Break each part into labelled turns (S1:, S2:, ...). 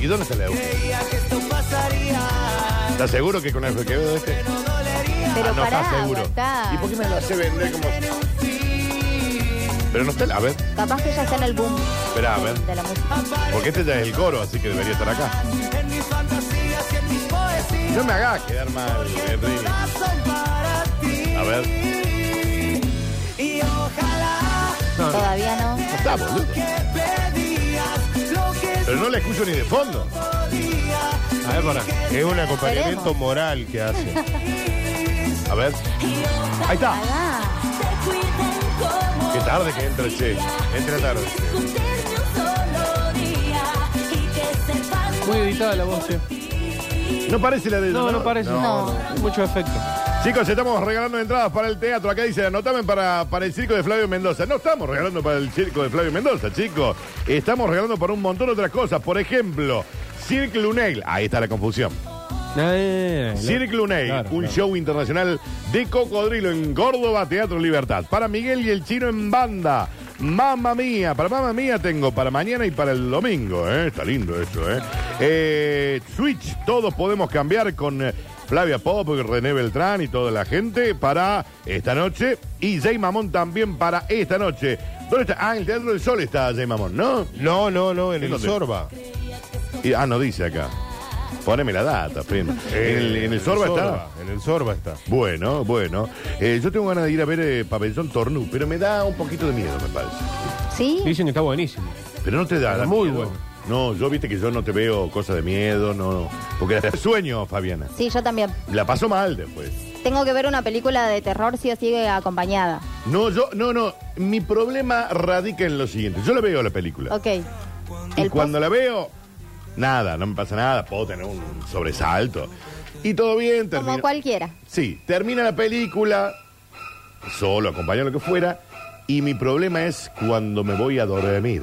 S1: millones sale uno. ¿Estás seguro que con el requevedo este?
S2: Pero
S1: Ah, no
S2: pará,
S1: está seguro.
S2: aguantá.
S1: ¿Y por qué me lo hace vender como.? Pero no está. el- A ver,
S2: Capaz que ya está en el boom
S1: Esperá, a ver.
S2: de la música.
S1: porque este ya es el coro, así que debería estar acá. No me hagas quedar mal, Henry. A ver. No, no, no
S2: Todavía no.
S1: está, boludo. Pero no la escucho ni de fondo.
S3: A ver, para. Es un acompañamiento
S2: Esperemos.
S3: moral que hace.
S1: A ver. Ahí está.
S2: Pará.
S1: Qué tarde que entra, che. Entra tarde.
S4: Muy editada la voz, che.
S1: No parece la de
S4: No, no parece.
S2: No.
S4: Mucho efecto.
S1: Chicos, estamos regalando entradas para el teatro. Acá dice, anotame para, para el circo de Flavio Mendoza. No estamos regalando para el circo de Flavio Mendoza, chicos. Estamos regalando para un montón de otras cosas. Por ejemplo, Cirque Lunel. Ahí está la confusión.
S4: Eh,
S1: Cirque Lunel,
S4: Claro,
S1: un
S4: claro.
S1: show internacional de cocodrilo en Córdoba, Teatro Libertad. Para Miguel y el Chino en banda. Mamma mía, para mamá mía tengo para mañana y para el domingo. ¿eh? Está lindo esto, ¿eh? Eh, Switch, todos podemos cambiar con eh, Flavia Pop, René Beltrán y toda la gente para esta noche. Y Jay Mamón también para esta noche. ¿Dónde está? Ah, en el Teatro del Sol está Jay Mamón, ¿no?
S3: No, no, no, en
S1: ¿En
S3: el
S1: dónde?
S3: Sorba.
S1: Y- ah, no dice acá. Poneme la data, primo. En el, Eh, en el Sorba está.
S3: En el Sorba está.
S1: Bueno, bueno. Eh, yo tengo ganas de ir a ver eh, Pabellón Tornú, pero me da un poquito de miedo, me parece.
S2: ¿Sí?
S4: Dicen que está buenísimo.
S1: Pero no te da. da
S4: Muy
S1: miedo.
S4: bueno.
S1: No, yo viste que yo no te veo cosas de miedo, no. no. Porque la sueño, Fabiana.
S2: Sí, yo también.
S1: La paso mal después.
S2: Tengo que ver una película de terror si o sí acompañada.
S1: No, yo, no, no. Mi problema radica en lo siguiente. Yo la veo la película.
S2: Ok.
S1: Y
S2: El
S1: cuando la veo, nada, no me pasa nada. Puedo tener un sobresalto. Y todo bien,
S2: post-
S1: termino.
S2: Como cualquiera.
S1: Sí, termina la película, solo, acompañado, lo que fuera, y mi problema es cuando me voy a dormir.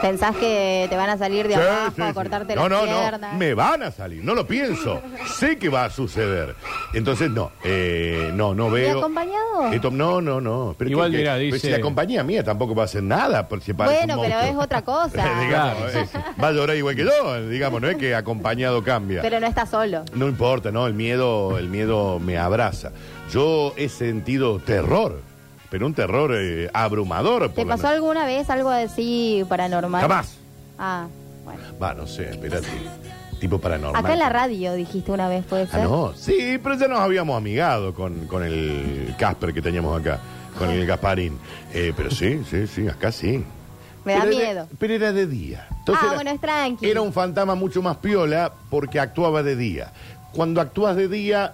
S2: Pensás que te van a salir de
S1: Sí,
S2: abajo
S1: sí,
S2: a
S1: sí.
S2: cortarte
S1: no,
S2: las
S1: no,
S2: piernas.
S1: no, me van a salir, no lo pienso, sé que va a suceder. Entonces, no, eh, no, no veo...
S2: acompañado?
S1: Esto- no, no, no. Pero
S4: Igual,
S1: que- que-
S4: mirá,
S1: pero
S4: dice-
S1: si la compañía mía tampoco va a hacer nada, por si parece
S2: Bueno,
S1: un
S2: pero
S1: monstruo.
S2: es otra cosa.
S1: Digamos,
S4: Claro,
S1: eh, Va a llorar igual que yo, digamos, no es que acompañado cambia.
S2: Pero no estás solo.
S1: No importa, no, el miedo, el miedo me abraza. Yo he sentido terror, pero un terror eh, abrumador.
S2: ¿Te
S1: por la
S2: pasó
S1: noche.
S2: alguna vez algo así paranormal?
S1: Jamás.
S2: Ah, bueno.
S1: Va, no sé, espérate. Tipo paranormal.
S2: Acá en la radio dijiste una vez, puede
S1: Ah,
S2: ser.
S1: no, sí, pero ya nos habíamos amigado con, con el Casper que teníamos acá, con el Gasparín. Eh, pero sí, sí, sí, acá sí.
S2: Me da
S1: Pero era-
S2: miedo.
S1: pero era de día.
S2: Ah, bueno, es tranqui.
S1: Era un fantasma mucho más piola porque actuaba de día. Cuando actúas de día,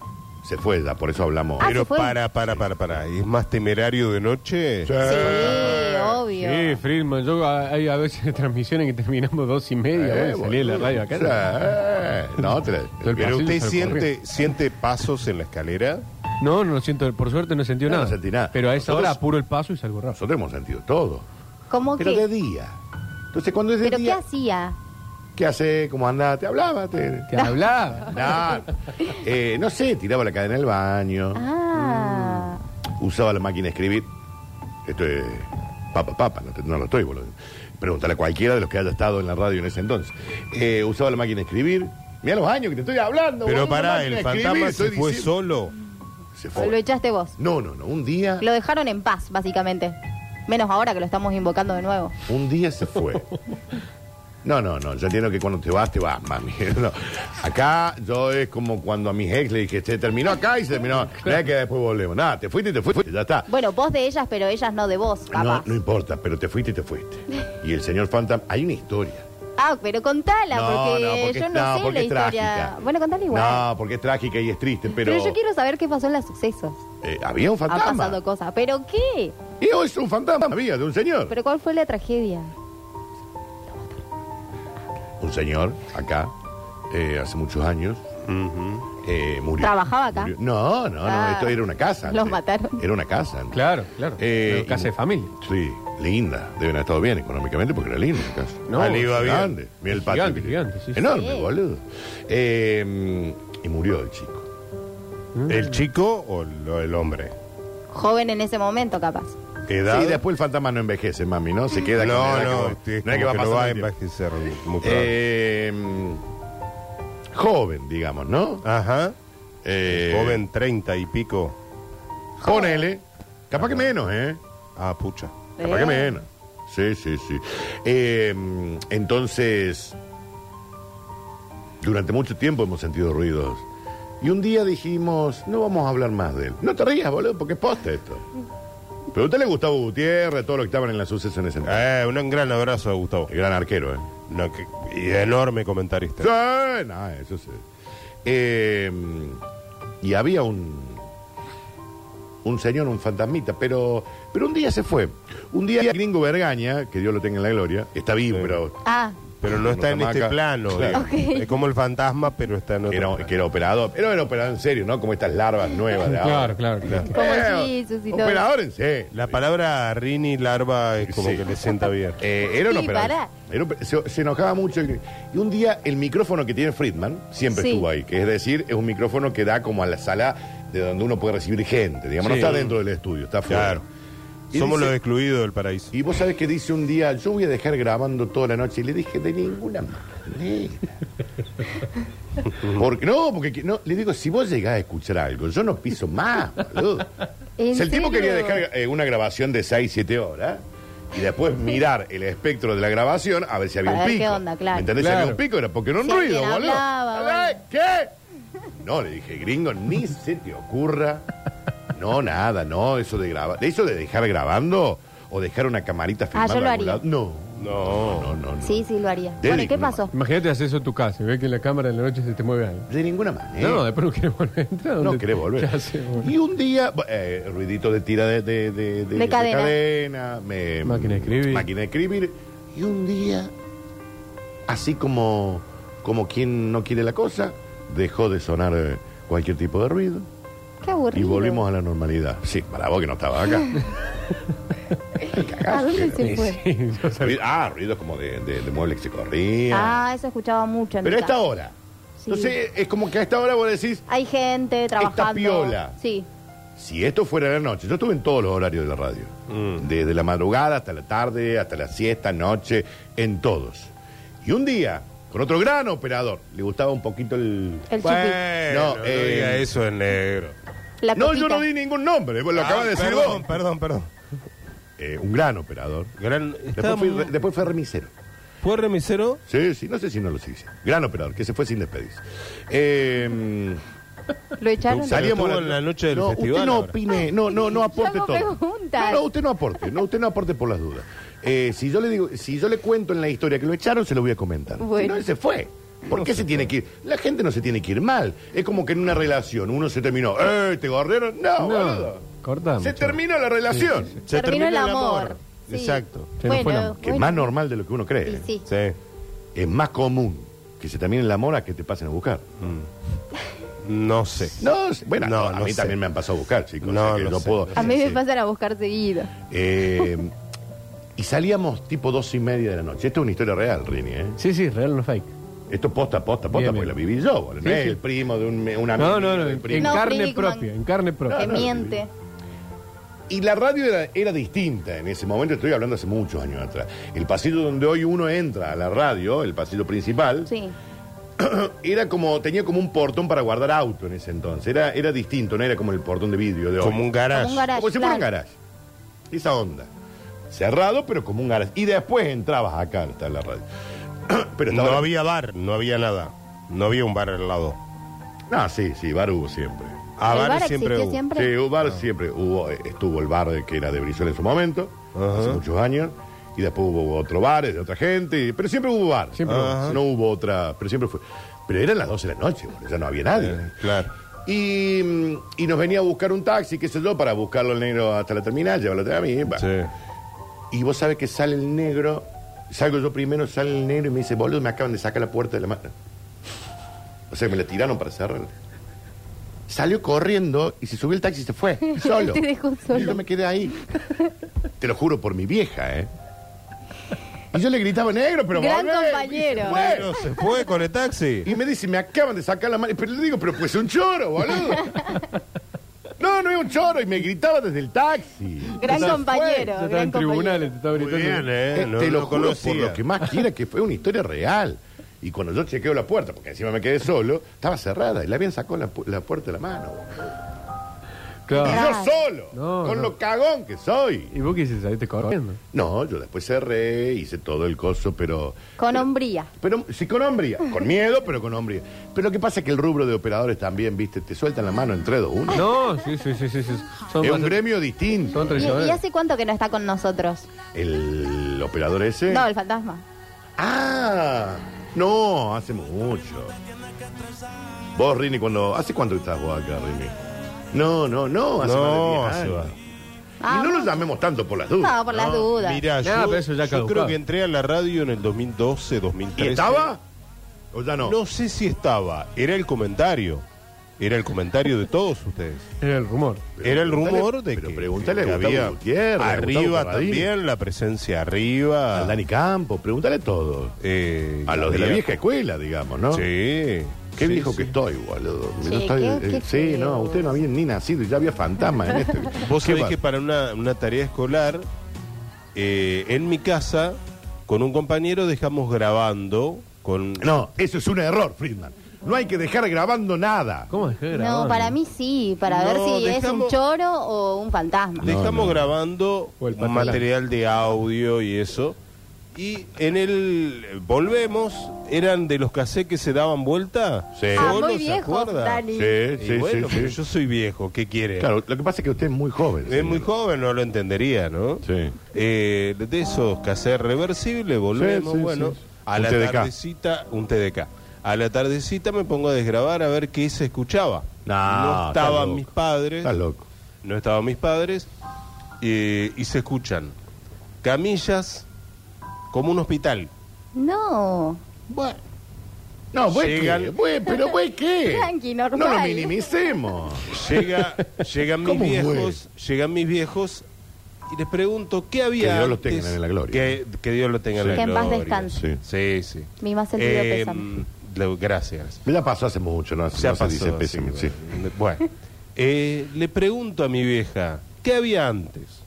S1: se fue ya, por eso hablamos.
S2: Ah,
S3: Pero
S2: se fue.
S3: para, para, para, para. ¿Es más temerario de noche?
S1: Sí.
S2: Sí,
S1: Eh,
S4: Sí,
S2: obvio.
S4: Friedman, yo a- hay a veces transmisiones que terminamos dos y media,
S1: Eh,
S4: bueno, salí de la
S1: boludo.
S4: radio acá.
S1: Eh, no, te la-
S4: Del
S1: pero
S3: Pero
S4: pasillo
S3: usted
S4: se
S3: siente, siente pasos en la escalera.
S4: No, no lo siento, por suerte no sentí
S1: No,
S4: nada.
S1: no sentí nada.
S4: Pero a esa
S1: Nosotros-
S4: hora apuro el paso y salgo rápido.
S1: nosotros hemos sentido todo.
S2: ¿Cómo
S1: Pero
S2: que?
S1: de día. Entonces, cuando es de
S2: ¿Pero qué
S1: día,
S2: hacía?
S1: ¿qué hace? ¿Cómo andaba? ¿Te hablaba? Te...
S4: Te hablaba.
S1: No, eh, no sé, tiraba la cadena al baño,
S2: Ah.
S1: usaba la máquina de escribir. Esto es papa, papa, no, te- no lo estoy, boludo. Pregúntale a cualquiera de los que haya estado en la radio en ese entonces. Eh, usaba la máquina de escribir. Mira los años que te estoy hablando.
S3: Pero
S1: boludo,
S3: para,
S1: máquina
S3: el
S1: de
S3: fantasma
S1: escribir,
S3: se
S1: estoy
S3: fue
S1: diciendo-
S3: solo.
S1: Se
S2: Lo
S1: fue.
S2: echaste vos.
S1: No, no, no. Un día.
S2: Lo dejaron en paz, básicamente. Menos ahora que lo estamos invocando de nuevo.
S1: Un día se fue. No, no, no, yo entiendo que cuando te vas, te vas, mami. No. Acá yo es como cuando a mis ex le dije, se terminó acá y se terminó. No es que después volvemos. Nada, te fuiste y te fuiste, ya está.
S2: Bueno, vos de ellas, pero ellas no de vos,
S1: No,
S2: capaz.
S1: no importa, pero te fuiste y te fuiste. Y el señor Phantom, hay una historia.
S2: Ah, pero contala,
S1: No,
S2: porque,
S1: no, porque-
S2: yo no,
S1: no,
S2: sé
S1: porque
S2: la
S1: es
S2: historia.
S1: trágica.
S2: Bueno, contala igual.
S1: No, porque es trágica y es triste, pero.
S2: pero... yo quiero saber qué pasó en las sucesos.
S1: eh, había un
S2: Ha
S1: fantasma.
S2: pasado cosas. ¿Pero qué?
S1: Y hoy es un fantasma, había de un señor.
S2: ¿Pero cuál fue la tragedia?
S1: Un señor, acá, eh, hace muchos años. eh, murió.
S2: ¿Trabajaba acá?
S1: Murió. No, no,
S2: Ah.
S1: no, esto era una casa.
S2: Los
S1: antes.
S2: mataron.
S1: Era una casa. antes.
S4: Claro, claro.
S1: Eh,
S4: Pero casa de familia.
S1: Sí, linda. Deben haber estado bien económicamente porque era linda la casa.
S4: No,
S1: Ah, le iba bien.
S4: grande.
S1: Mira el patio.
S4: Gigante,
S1: que-
S4: gigante, sí, sí.
S1: Enorme,
S2: Sí.
S1: boludo. Eh, y murió el chico. Mm.
S3: ¿El chico o lo- el hombre?
S2: Joven en ese momento, capaz.
S1: edad. Y después el fantasma no envejece, mami, ¿no? Se queda con
S3: No,
S1: la edad
S3: no,
S1: que-
S3: este, es
S1: no es que va
S3: como no va
S1: pasando
S3: a
S1: el tiempo.
S3: envejecer. muy probable.
S1: Eh, mm, joven, digamos, ¿no?
S3: Ajá.
S1: Eh,
S3: Joven, treinta y pico.
S1: Ponele. Capaz que menos, ¿eh?
S3: Ah, pucha.
S1: Capaz que
S2: Eh.
S1: menos. Sí, sí, sí. Eh, mm, entonces, durante mucho tiempo hemos sentido ruidos. Y un día dijimos, no vamos a hablar más de él. No te rías, boludo, porque es posta esto. Pero a usted le gustaba Gutiérrez, todo lo que estaban en las sucesiones. en el
S3: Eh, un gran abrazo a Gustavo.
S1: gran arquero, ¿eh?
S3: No, que- y enorme comentarista.
S1: Sí, no, eso sí. Eh, y había un un señor, un fantasmita, pero pero un día se fue. Un día Gringo Vergaña, que Dios lo tenga en la gloria, está vivo,
S3: Sí.
S1: pero
S2: Ah,
S3: Pero no está en este
S1: Camaca.
S3: plano.
S1: Claro.
S3: digamos.
S2: Ok.
S3: Es como el fantasma, pero está en
S1: que
S3: otro
S1: era,
S3: plano.
S1: que era operador, pero era operador en serio, ¿no? Como estas larvas nuevas de ahora.
S4: Claro, claro, claro.
S2: Como el
S1: Eh,
S2: Jesus y todo.
S1: operador en serio.
S3: La palabra Rini Larva es como
S1: Sí.
S3: que le sienta bien.
S1: Eh, era un
S2: Sí,
S1: operador.
S2: pará.
S1: Era un- se, se enojaba mucho. el- Y un día el micrófono que tiene Friedman siempre
S2: Sí.
S1: estuvo ahí. Que es decir, es un micrófono que da como a la sala de donde uno puede recibir gente. Digamos,
S3: Sí.
S1: no está dentro del estudio, está fuera.
S3: Claro.
S1: Y
S3: Somos
S1: dice-
S3: los excluidos del paraíso.
S1: Y vos sabés que dice un día, yo voy a dejar grabando toda la noche. Y le dije, de ninguna manera. Porque, no, porque que- no, le digo, si vos llegás a escuchar algo, yo no piso más, boludo.
S2: ¿En
S1: Si el tipo
S2: serio?
S1: quería dejar eh, una grabación de 6, 7 horas y después mirar el espectro de la grabación a ver si había
S2: Para
S1: un
S2: ver
S1: pico.
S2: qué onda, claro.
S1: ¿Me entendés? Si
S4: Claro.
S1: había un pico, era porque era un
S2: Si
S1: ruido,
S2: alguien
S1: boludo.
S2: hablaba,
S1: A ver, ¿Qué? No, le dije, gringo, ni se te ocurra. No, nada, no, eso de grabar. Eso de dejar grabando o dejar una camarita filmando
S2: Ah, yo lo
S1: a algún
S2: haría.
S1: lado. No, no, no, no. no.
S2: sí, sí, lo haría.
S1: De
S2: Bueno, ¿y ¿qué
S1: ninguna
S2: pasó?
S4: Imagínate hacer eso en tu casa y ves que en la cámara en la noche se te mueve algo.
S1: De ninguna manera.
S4: No, después no querés volver a entrar.
S1: No
S4: ¿dónde-
S1: querés volver.
S4: ¿Qué haces, boludo?
S1: y un día, eh, ruidito de tira de, de, de,
S2: De cadena.
S1: cadena, me-
S4: Máquina de escribir.
S1: Máquina de escribir. Y un día, así como, como quien no quiere la cosa, dejó de sonar eh, cualquier tipo de ruido
S2: Qué aburrido.
S1: y volvimos a la normalidad. Sí, para vos que no estabas acá.
S2: ¿A dónde se fue?
S4: Sí, yo sabía.
S1: Ruido- ah, ruidos como de, de, de muebles que se corrían.
S2: Ah, eso escuchaba mucho. En
S1: Pero a
S2: mi
S1: esta
S2: casa.
S1: hora.
S2: Sí.
S1: Entonces, es como que a esta hora vos decís,
S2: Hay gente trabajando.
S1: piola.
S2: Sí.
S1: Si esto fuera la noche, yo estuve en todos los horarios de la radio.
S3: Mm.
S1: Desde la madrugada hasta la tarde, hasta la siesta, noche, en todos. Y un día, con otro gran operador, le gustaba un poquito el...
S2: El chipi.
S1: No,
S3: no, no
S1: eh,
S3: diga eso en negro.
S2: La
S1: no,
S2: copita.
S1: yo no di ningún nombre, vos lo acabas de decir
S3: Ah, perdón,
S1: vos.
S3: perdón, perdón.
S1: Eh, un gran operador.
S3: Gran,
S1: Después fue, re- después fue remisero.
S3: ¿Fue remisero?
S1: Sí, sí, no sé si no lo sigue. Gran operador, que se fue sin despedirse. Eh,
S2: Lo echaron.
S3: Pero estuvo
S1: a
S3: en la noche del
S1: no,
S3: festival
S1: Usted no
S3: ahora.
S1: opine, no, no, no aporte
S2: Yo hago
S1: todo.
S2: preguntas.
S1: No, no, usted no aporte, no, usted no aporte por las dudas. Eh, si yo le digo, si yo le cuento en la historia que lo echaron, se lo voy a comentar.
S2: Bueno.
S1: Si no, él se fue. ¿Por qué se, tiene que ir? La gente no se tiene que ir mal. Es como que en una relación uno se terminó, ¡eh, te gorrieron! No,
S4: No,
S1: boludo.
S3: Ah,
S4: cortá,
S1: Se
S4: muchacho.
S1: termina la relación.
S3: Se
S2: Terminó
S3: termina
S2: el amor. Sí.
S3: Exacto.
S4: Se nos fue el
S2: Bueno,
S4: amor.
S1: Que es
S2: bueno.
S1: más normal de lo que uno cree.
S2: Y sí.
S3: Sí.
S1: Es más común que se termine el amor a que te pasen a buscar.
S3: No sé.
S1: No, sé, bueno,
S3: No,
S1: a
S3: no
S1: mí
S3: sé.
S1: también me han pasado a buscar, chicos. o
S3: No,
S1: sea que
S3: no
S1: no
S3: sé,
S1: puedo.
S3: no
S2: A mí me
S1: Sí.
S2: pasan a buscar seguido.
S1: Eh, y salíamos tipo dos y media de la noche. Esto es una historia real, Rini, ¿eh?
S4: Sí, sí, real, no fake.
S1: Esto posta, posta, posta,
S4: Bien,
S1: porque
S4: bien.
S1: la viví yo, boludo.
S4: Sí,
S1: No es
S4: sí.
S1: el primo de un, un amigo.
S4: No, no, no,
S1: del
S4: en, en
S1: primo.
S2: No, Em,
S4: carne
S2: Brinkman.
S4: propia, en carne
S1: No,
S2: que
S4: propia.
S1: no,
S2: miente.
S1: Y la radio era, era distinta en ese momento, estoy hablando hace muchos años atrás. El pasillo donde hoy uno entra a la radio, el pasillo principal,
S2: Sí.
S1: era como, tenía como un portón para guardar auto en ese entonces. Era, era distinto, no era como el portón de vidrio de hoy.
S3: Como un garage.
S2: Como un garage.
S1: Como si fuera un
S2: claro.
S1: garage. Esa onda. Cerrado, pero como un garage. Y después entrabas acá, está la radio. pero
S3: No
S1: estaba-
S3: había bar, no había nada. No había un bar al lado.
S1: No, sí, sí, bar hubo siempre.
S3: A
S2: ¿El
S3: bar,
S2: bar
S3: siempre
S2: existió
S3: hubo.
S2: siempre?
S1: Sí, hubo
S3: Ah.
S1: bar siempre. Hubo, eh, estuvo el bar de- que era de Brizuela en su momento,
S3: Ajá.
S1: hace muchos años. Y después hubo otro bar de otra gente. y- Pero siempre hubo bar.
S4: Siempre
S1: Ah,
S3: hubo, sí.
S1: No hubo otra. Pero siempre fue. Pero eran las 12 de la noche, boludo, ya no había nadie.
S3: Eh, claro.
S1: Y, mm, y nos venía a buscar un taxi, qué sé yo, para buscarlo al negro hasta la terminal, llevarlo a mí. va.
S3: Sí.
S1: Y vos sabés que sale el negro, salgo yo primero, sale el negro y me dice, boludo, me acaban de sacar la puerta de la mano. O sea, me la tiraron para cerrarla. Salió corriendo y se subió el taxi y se fue, solo.
S2: Te dejó solo.
S1: Y yo me quedé ahí. Te lo juro por mi vieja, ¿eh? Y yo le gritaba, negro, pero
S2: Gran
S1: volvé". Y se
S2: compañero.
S1: fue.
S3: Pero se fue con el taxi.
S1: Y me dice, me acaban de sacar la mano. Pero le digo, pero pues un choro, boludo. No, no es un choro. Y me gritaba desde el taxi.
S2: Gran
S4: Estás-
S2: compañero.
S4: Ya estaba
S2: gran
S4: en
S2: compañero.
S4: tribunales, te estaba
S3: Muy bien,
S4: gritando.
S3: eh.
S1: Eh,
S3: no-
S1: te lo
S3: no
S1: juro
S3: conocía.
S1: por lo que más quiera que fue una historia real. Y cuando yo chequeo la puerta, porque encima me quedé solo, estaba cerrada y la habían sacado la, pu- la puerta de la mano. Y
S4: Claro.
S1: yo
S2: Claro.
S1: solo,
S4: No,
S1: con
S4: no.
S1: lo cagón que soy.
S4: ¿Y vos qué hiciste? Saliste corriendo.
S1: No, yo después cerré, hice todo el coso, pero...
S2: Con hombría.
S1: Pero sí, con hombría, con miedo, pero con hombría. Pero lo que pasa es que el rubro de operadores también, viste, te sueltan la mano entre dos, uno.
S4: No, sí, sí, sí, sí. sí. Son
S1: es un
S4: bastante-
S1: gremio distinto.
S4: Son
S2: ¿Y,
S4: traicioneros.
S2: y hace cuánto que no está con nosotros?
S1: El operador ese.
S2: No, el fantasma.
S1: Ah, no, hace mucho. Vos, Rini, cuando. ¿Hace cuánto que estás vos acá, Rini? No, no, no, hace
S3: No,
S1: más de 10
S3: hace
S1: años.
S3: más.
S2: Ah,
S1: y no lo llamemos tanto por las dudas.
S2: No, por las dudas.
S3: Mira,
S4: Nah,
S3: yo,
S4: pero eso ya
S3: yo
S4: caducó.
S3: creo que entré a la radio en el 2012, 2013.
S1: ¿Y estaba? ¿O ya no?
S3: No sé si estaba. Era el comentario. Era el comentario de todos ustedes.
S4: Era el rumor.
S3: Era el
S1: pregúntale-
S3: rumor de
S1: pero
S3: que,
S1: pregúntale a
S3: que
S1: Gustavo Gutiérrez, a
S3: arriba
S1: Gustavo Carradine.
S3: también, la presencia arriba.
S1: A Ah, Dani Campos, pregúntale todo.
S3: eh,
S1: A los de la
S3: Gabriel.
S1: vieja escuela, digamos, ¿no?
S3: Sí.
S1: Qué
S3: Sí,
S1: viejo
S3: sí.
S1: que estoy, boludo.
S2: Sí,
S1: No estoy-
S2: qué-
S1: eh,
S2: qué
S1: sí,
S2: feo.
S1: no, usted no había ni nacido y ya había fantasmas en este.
S3: Vos
S1: Qué
S3: sabés
S1: bar-
S3: que para una, una tarea escolar, eh, en mi casa, con un compañero dejamos grabando con...
S1: No, eso es un error, Friedman. No hay que dejar grabando nada.
S4: ¿Cómo dejé de grabar?
S2: No, para mí sí, para
S3: No,
S2: ver si es un
S3: dejamos-
S2: choro o un fantasma.
S1: No,
S3: Dejamos
S1: no.
S3: grabando
S4: O el
S3: un
S4: patalán.
S3: material de audio y eso. Y en el Volvemos, eran de los cassettes que se daban vuelta.
S1: Sí.
S2: Ah,
S3: Solo,
S2: muy
S3: ¿se
S2: viejo,
S3: acuerda? Eh,
S2: Dani.
S1: Sí,
S3: Y
S1: sí,
S3: bueno,
S1: sí,
S3: pero
S1: sí.
S3: yo soy viejo, ¿qué quiere?
S1: Claro, lo que pasa es que usted es muy joven.
S3: Es
S1: señor.
S3: muy joven, no lo entendería, ¿no?
S1: Sí.
S3: Eh, de esos cassette reversibles, volvemos,
S1: Sí, sí,
S3: bueno,
S1: sí, sí.
S3: a
S1: Un
S3: la
S1: TDK.
S3: tardecita, un TDK. A la tardecita me pongo a desgrabar a ver qué se escuchaba.
S1: No, está
S3: estaban
S1: loco.
S3: mis padres.
S1: Está loco.
S3: No estaban mis padres. eh, y se escuchan camillas como un hospital.
S2: No.
S3: Bueno,
S1: No,
S3: vos
S1: qué,
S3: qué,
S1: pero vos qué.
S2: Tranqui, normal.
S1: No lo minimicemos.
S3: llega, llegan mis
S1: ¿Cómo
S3: viejos,
S1: fue?
S3: llegan mis viejos y les pregunto qué había
S1: Que Dios los
S3: antes?
S1: tenga en la gloria.
S3: Que, que Dios los tenga en
S1: Sí.
S3: la
S1: Que
S2: en paz
S3: gloria.
S2: descanse.
S3: Sí, sí.
S2: Mi más sentido
S3: Eh,
S2: pésame.
S3: le- gracias.
S1: Ya pasó hace mucho, no, hace,
S3: Ya
S1: no se
S3: pasó,
S1: dice
S3: sí,
S1: pésimo. Sí.
S3: Bueno, Eh, le pregunto a mi vieja, ¿qué había antes?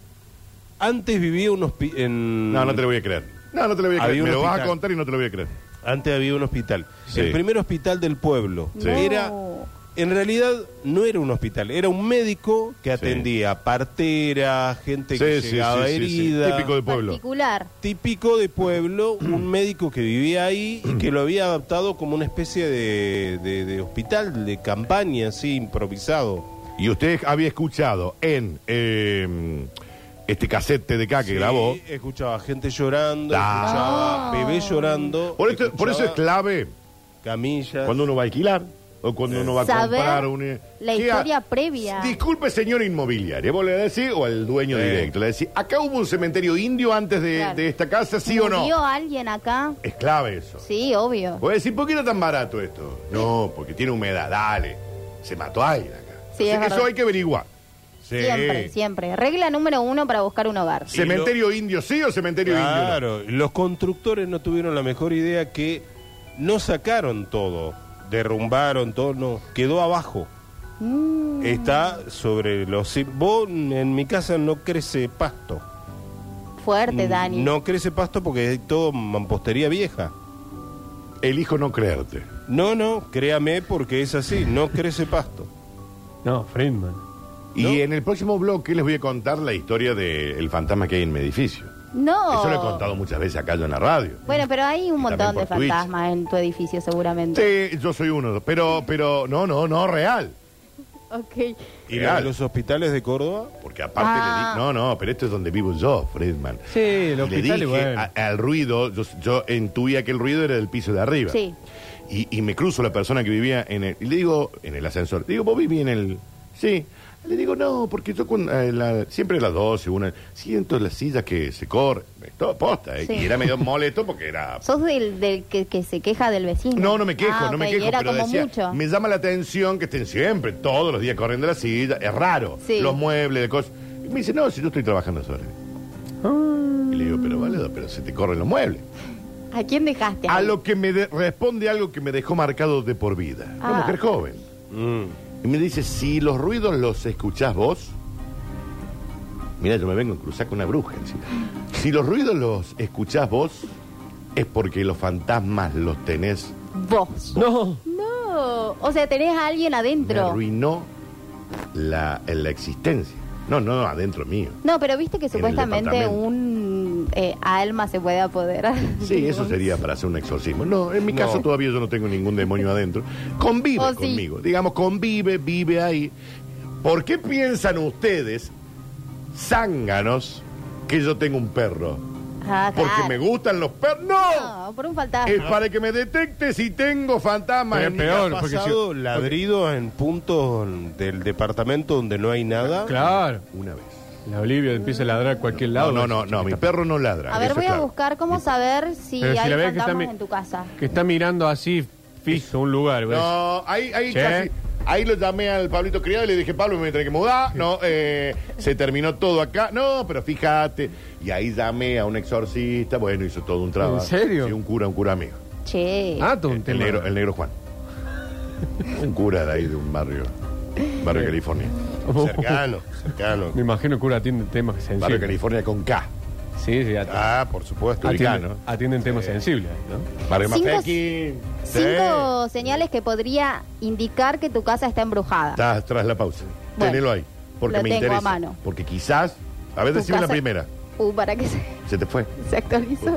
S3: Antes vivía un hospi- en
S1: No, no te lo voy a creer. No, no te lo voy a
S3: Había
S1: creer.
S3: un
S1: Me lo vas a
S3: hospital.
S1: contar y no te lo voy a creer.
S3: antes había un hospital.
S1: Sí.
S3: El primer hospital del pueblo
S1: Sí.
S3: era
S2: No.
S3: en realidad no era un hospital, era un médico que atendía partera, gente que llegaba herida.
S1: Típico del pueblo.
S2: Particular.
S3: típico de pueblo, un médico que vivía ahí y que lo había adaptado como una especie de, de- de hospital de campaña, así improvisado.
S1: Y usted había escuchado en eh, este cassette de acá que
S3: Sí,
S1: grabó.
S3: Escuchaba gente llorando,
S1: Ah.
S3: escuchaba bebé llorando.
S1: Por, esto- por eso es
S3: escuchaba
S1: clave
S3: Camillas.
S1: cuando uno va a alquilar o cuando uno va a
S2: Saber
S1: comprar un. eh,
S2: la
S1: ¿Qué ha-
S2: historia previa.
S1: Disculpe, señor inmobiliario, vos le decís, o al dueño
S3: Sí.
S1: directo, le decís, acá hubo un cementerio indio antes de,
S2: Claro.
S1: de esta casa, ¿sí o no?
S2: ¿Murió alguien acá?
S1: Es clave eso.
S2: Sí, obvio.
S1: Vos decís, ¿por qué era tan barato esto? No, porque tiene humedad, dale. Se mató alguien acá. Así
S2: Sí, es
S1: que
S2: verdad.
S1: eso hay que averiguar. Sí.
S2: Siempre, siempre. Regla número uno para buscar un hogar.
S1: ¿Cementerio indio sí o cementerio indio?
S3: Claro, los constructores no tuvieron la mejor idea que no sacaron todo, derrumbaron todo, no, quedó abajo. Está sobre los... Vos en mi casa no crece pasto.
S1: Mm,
S2: Fuerte, Dani.
S3: No crece pasto porque es todo mampostería vieja.
S1: no? Elijo no creerte.
S3: No, no, créame porque es así, no crece pasto.
S4: No, Friedman.
S1: Y
S3: ¿No?
S1: en el próximo bloque les voy a contar la historia del fantasma que hay en mi edificio.
S2: No.
S1: Eso lo he contado muchas veces acá yo en la radio.
S2: Bueno, pero hay un
S1: Y
S2: montón
S1: también
S2: de
S1: por Twitch.
S2: fantasmas en tu edificio, seguramente.
S1: Sí, yo soy uno, pero, pero, no, no, no, real.
S2: Ok.
S3: ¿Y
S1: Real.
S3: la- los hospitales de Córdoba?
S1: Porque aparte
S2: Ah.
S1: le di, no, no, pero esto es donde vivo yo, Fredman.
S4: Sí, el
S1: le
S4: hospital
S1: dije
S4: es bueno.
S1: a- al ruido, yo, yo intuía que el ruido era del piso de arriba.
S2: Sí.
S1: Y, y me cruzo la persona que vivía en el, y le digo, en el ascensor, le digo, vos vivís en el, sí. Le digo, no, porque yo cuando, eh, la- siempre a las 12, una, siento las sillas que se corren, esto posta, eh.
S2: Sí.
S1: y era medio molesto porque era...
S2: ¿Sos del, del que, que se queja del vecino?
S1: No, no me quejo,
S2: Ah,
S1: no me
S2: ok,
S1: quejo,
S2: Era
S1: pero
S2: como
S1: decía,
S2: mucho.
S1: me llama la atención que estén siempre, todos los días corriendo la silla, es raro,
S2: Sí.
S1: los muebles, cosas. Y me dice, no, si yo estoy trabajando solo. Y le digo, pero vale, pero se te corren los muebles.
S2: ¿A quién dejaste?
S1: A
S2: ahí?
S1: lo que me de- responde algo que me dejó marcado de por vida. Una
S2: Ah.
S1: mujer joven. Y me dice, si los ruidos los escuchás vos, Mira, yo me vengo a cruzar con una bruja. encima. Si los ruidos los escuchás vos, es porque los fantasmas los tenés.
S2: Vos.
S4: No.
S2: No. O sea, tenés a alguien
S1: Me
S2: adentro.
S1: arruinó la, en la existencia. No, no, adentro mío.
S2: No, pero viste que
S1: En el
S2: supuestamente
S1: departamento.
S2: un eh, alma se puede apoderar.
S1: Sí,
S2: de
S1: eso
S2: vos.
S1: sería para hacer un exorcismo. No, en mi
S3: No.
S1: caso todavía yo no tengo ningún demonio adentro. Convive
S2: Oh, sí.
S1: conmigo. Digamos, convive, vive ahí. ¿Por qué piensan ustedes, zánganos, que yo tengo un perro?
S2: Ah,
S1: ¿Porque
S2: claro.
S1: me gustan los perros? ¡No!
S2: No, por un fantasma.
S1: Es para que me detecte si tengo fantasmas
S4: Pero
S1: en
S4: es peor,
S1: mi casa.
S4: porque
S3: Pasado ladridos en puntos del departamento donde no hay nada.
S4: Claro.
S1: Una vez.
S4: La Olivia empieza a ladrar a cualquier
S1: No,
S4: lado.
S1: no, no, no, mi perro no ladra.
S2: A ver,
S1: eso
S2: voy
S1: es
S2: a
S1: claro.
S2: buscar cómo saber si
S4: Pero si
S2: hay
S4: la verdad que
S2: fantasmas
S4: también-
S2: en tu casa.
S4: Que está mirando así fijo un lugar. ¿ves?
S1: No, ahí, ahí
S4: Pues, Che.
S1: casi. Ahí lo llamé al Pablito Criado y le dije, Pablo, me voy a tener que mudar. No, eh, se terminó todo acá. No, pero fíjate. Y ahí llamé a un exorcista. Bueno, hizo todo un trabajo.
S4: ¿En serio?
S1: Sí, un cura, un cura amigo.
S2: Che.
S4: Ah, todo un
S1: El
S4: tema.
S1: negro, el negro Juan. Un cura de ahí de un barrio. Barrio de California.
S4: Oh.
S3: Cercano, cercano.
S4: Me imagino que uno atiende temas
S1: Barrio
S4: sensibles.
S1: de California con K.
S4: Sí, sí, at-
S3: Ah, por supuesto.
S4: atienden,
S1: ubicano.
S4: atienden temas sensibles, ¿no?
S1: Barrio
S2: Cinco-
S1: Mafequi. Sí.
S2: Cinco señales que podría indicar que tu casa está embrujada.
S1: Estás tras la pausa.
S2: Bueno,
S1: Tenelo ahí. Porque
S2: lo
S1: me
S2: tengo a
S1: interesa.
S2: mano.
S1: Porque quizás. A ver,
S2: Tu
S1: decime la
S2: casa-
S1: primera.
S2: Uh, para que se,
S1: Se te fue.
S2: se actualizó.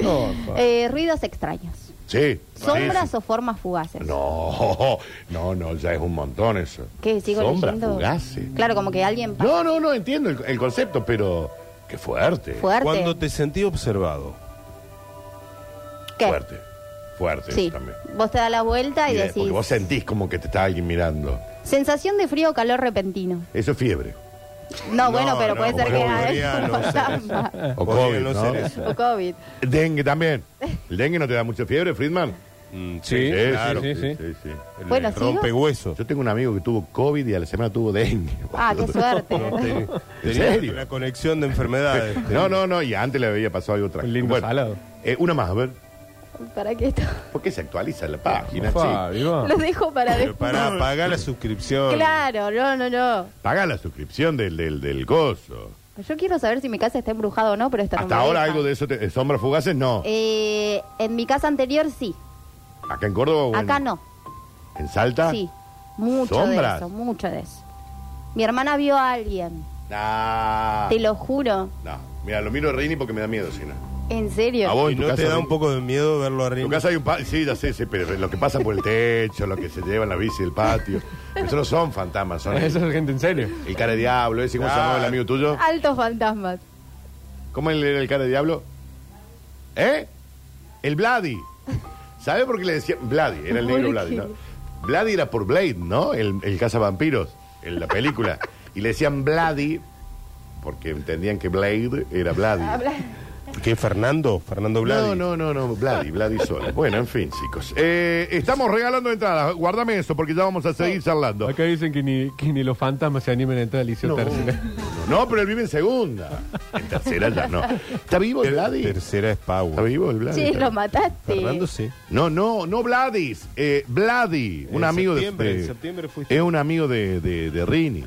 S1: No,
S2: Eh, ruidos extraños.
S1: Sí.
S2: Sombras
S1: Sí,
S2: o formas fugaces.
S1: sí. No, no, no, ya es un montón eso.
S2: ¿Qué? ¿Sigo
S1: Sombras
S2: leyendo?
S1: fugaces.
S2: Claro, como que alguien... pa-
S1: No, no, no, entiendo el, el concepto, pero qué fuerte.
S2: Fuerte.
S3: Cuando te sentí observado.
S2: ¿Qué?
S1: Fuerte. Fuerte
S2: Sí.
S1: eso también.
S2: Vos te das la vuelta y,
S1: Y, eh,
S2: decís...
S1: Porque vos sentís como que te está alguien mirando.
S2: Sensación de frío o calor repentino.
S1: Eso es fiebre.
S2: No, bueno, pero
S3: no,
S2: puede ser que
S3: podría
S2: haya
S3: no
S2: un
S3: ser
S2: fantasma.
S4: Eh,
S1: O
S3: Podría
S1: COVID,
S3: no
S1: ¿no?
S3: ser eso.
S2: O COVID.
S1: Dengue también. ¿El dengue no te da mucha fiebre, Friedman?
S3: Mm,
S4: Sí,
S3: claro.
S4: sí, sí.
S1: sí.
S3: El
S2: Bueno,
S3: rompe
S2: ¿sigo?
S3: huesos.
S1: Yo tengo un amigo que tuvo COVID y a la semana tuvo dengue.
S2: Ah, qué suerte.
S1: ¿En
S3: Tenía
S1: serio?
S3: Una conexión de enfermedades.
S1: No, no, no, y antes le había pasado algo trágico.
S4: Un lindo salado.
S1: eh, una más, a ver.
S2: ¿Para qué esto?
S1: ¿Por qué se actualiza la página?
S4: Ofa,
S1: Sí.
S4: vivo.
S2: Lo dejo para
S3: Pero
S2: después.
S3: para pagar la suscripción.
S2: Claro, no, no, no.
S1: Paga la suscripción del, del, del gozo.
S2: Yo quiero saber si mi casa está embrujada o no, pero esta no
S1: Hasta
S2: me
S1: ahora
S2: deja.
S1: algo de eso, te- eh, sombras fugaces, no.
S2: Eh, en mi casa anterior sí.
S1: Acá en Córdoba. o en-
S2: Acá no.
S1: ¿En Salta?
S2: Sí. Mucho
S1: ¿Sombras?
S2: de eso, mucho de eso. Mi hermana vio a alguien,
S1: Nah.
S2: te lo juro.
S1: Nah. Mira, lo miro a Rini porque me da miedo, si no.
S2: En
S1: A
S2: serio.
S1: vos
S3: ¿Y
S1: en tu
S3: no
S1: casa.
S3: te da
S1: Rini?
S3: un poco de miedo verlo
S1: En
S3: arriba?
S1: tu casa hay un pa- Sí, ya sé, sí, pero lo que pasa por el techo, lo que se lleva en la bici, el patio. Eso no son fantasmas, son
S4: Esa
S1: el,
S4: es gente en serio.
S1: el cara de diablo. ¿Ese cómo se
S3: Ah.
S1: llamaba el amigo tuyo?
S2: Altos fantasmas.
S1: ¿Cómo él era el cara de diablo? ¿Eh? El Vladi. ¿Sabe por qué le decían Vladi? Era el
S2: ¿Por
S1: negro
S2: qué?
S1: Vladi, ¿no? Vladi era por Blade, ¿no? El, el cazavampiros, en la película. Y le decían Vladi porque entendían que Blade era Vladi.
S2: Habla-
S3: ¿Qué, Fernando? ¿Fernando Bladi?
S1: No, no, no, no, Vladi, Vladi solo. Bueno, en fin, chicos. Eh, estamos regalando entradas. Guárdame eso porque ya vamos a seguir charlando.
S4: Acá dicen que ni, que ni los fantasmas se animan a entrar al liceo
S1: No,
S4: tercera.
S1: no, pero él vive en segunda. En tercera ya no. ¿Está vivo el Vladi?
S3: Tercera es Pau.
S1: ¿Está vivo el Vladi?
S2: Che, lo mataste.
S3: Fernando sí.
S1: No, no, no Vladis, eh, Vladi, un
S3: En
S1: amigo de,
S3: septiembre,
S1: de-
S3: en septiembre fuiste.
S1: es un amigo de, de- de Rini.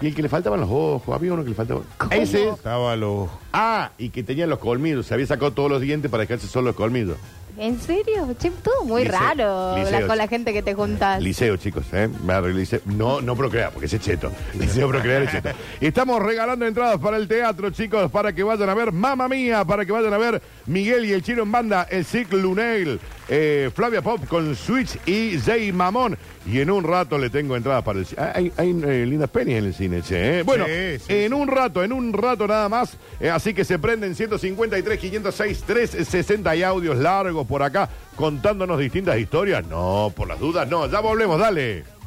S1: Y el que le faltaban los ojos, había uno que le faltaban. Ese es.
S3: Estaba los...
S1: Ah, y que tenía los colmillos, se había sacado todos los dientes para dejarse solo los colmillos.
S2: ¿En serio? Che, todo muy
S1: Liceo-
S2: raro la-
S1: liceos.
S2: con la gente que te juntas.
S1: Liceo, chicos, ¿eh? Me arreglo, liceo. No, no procrear, porque ese es cheto. Liceo procrear es cheto. Estamos regalando entradas para el teatro, chicos, para que vayan a ver Mamma Mía, para que vayan a ver Miguel y el Chino en Banda, el Cic Lunail, eh, Flavia Pop con Switch y Jay Mamón. Y en un rato le tengo entradas para el cine. Hay, hay, eh, lindas pelis en el cine, che. ¿eh? Bueno,
S3: Sí, sí,
S1: en un rato, en un rato nada más. eh, así que se prenden 153, 506, 360 y audios largos por acá contándonos distintas historias. No, por las dudas, no. Ya volvemos, dale.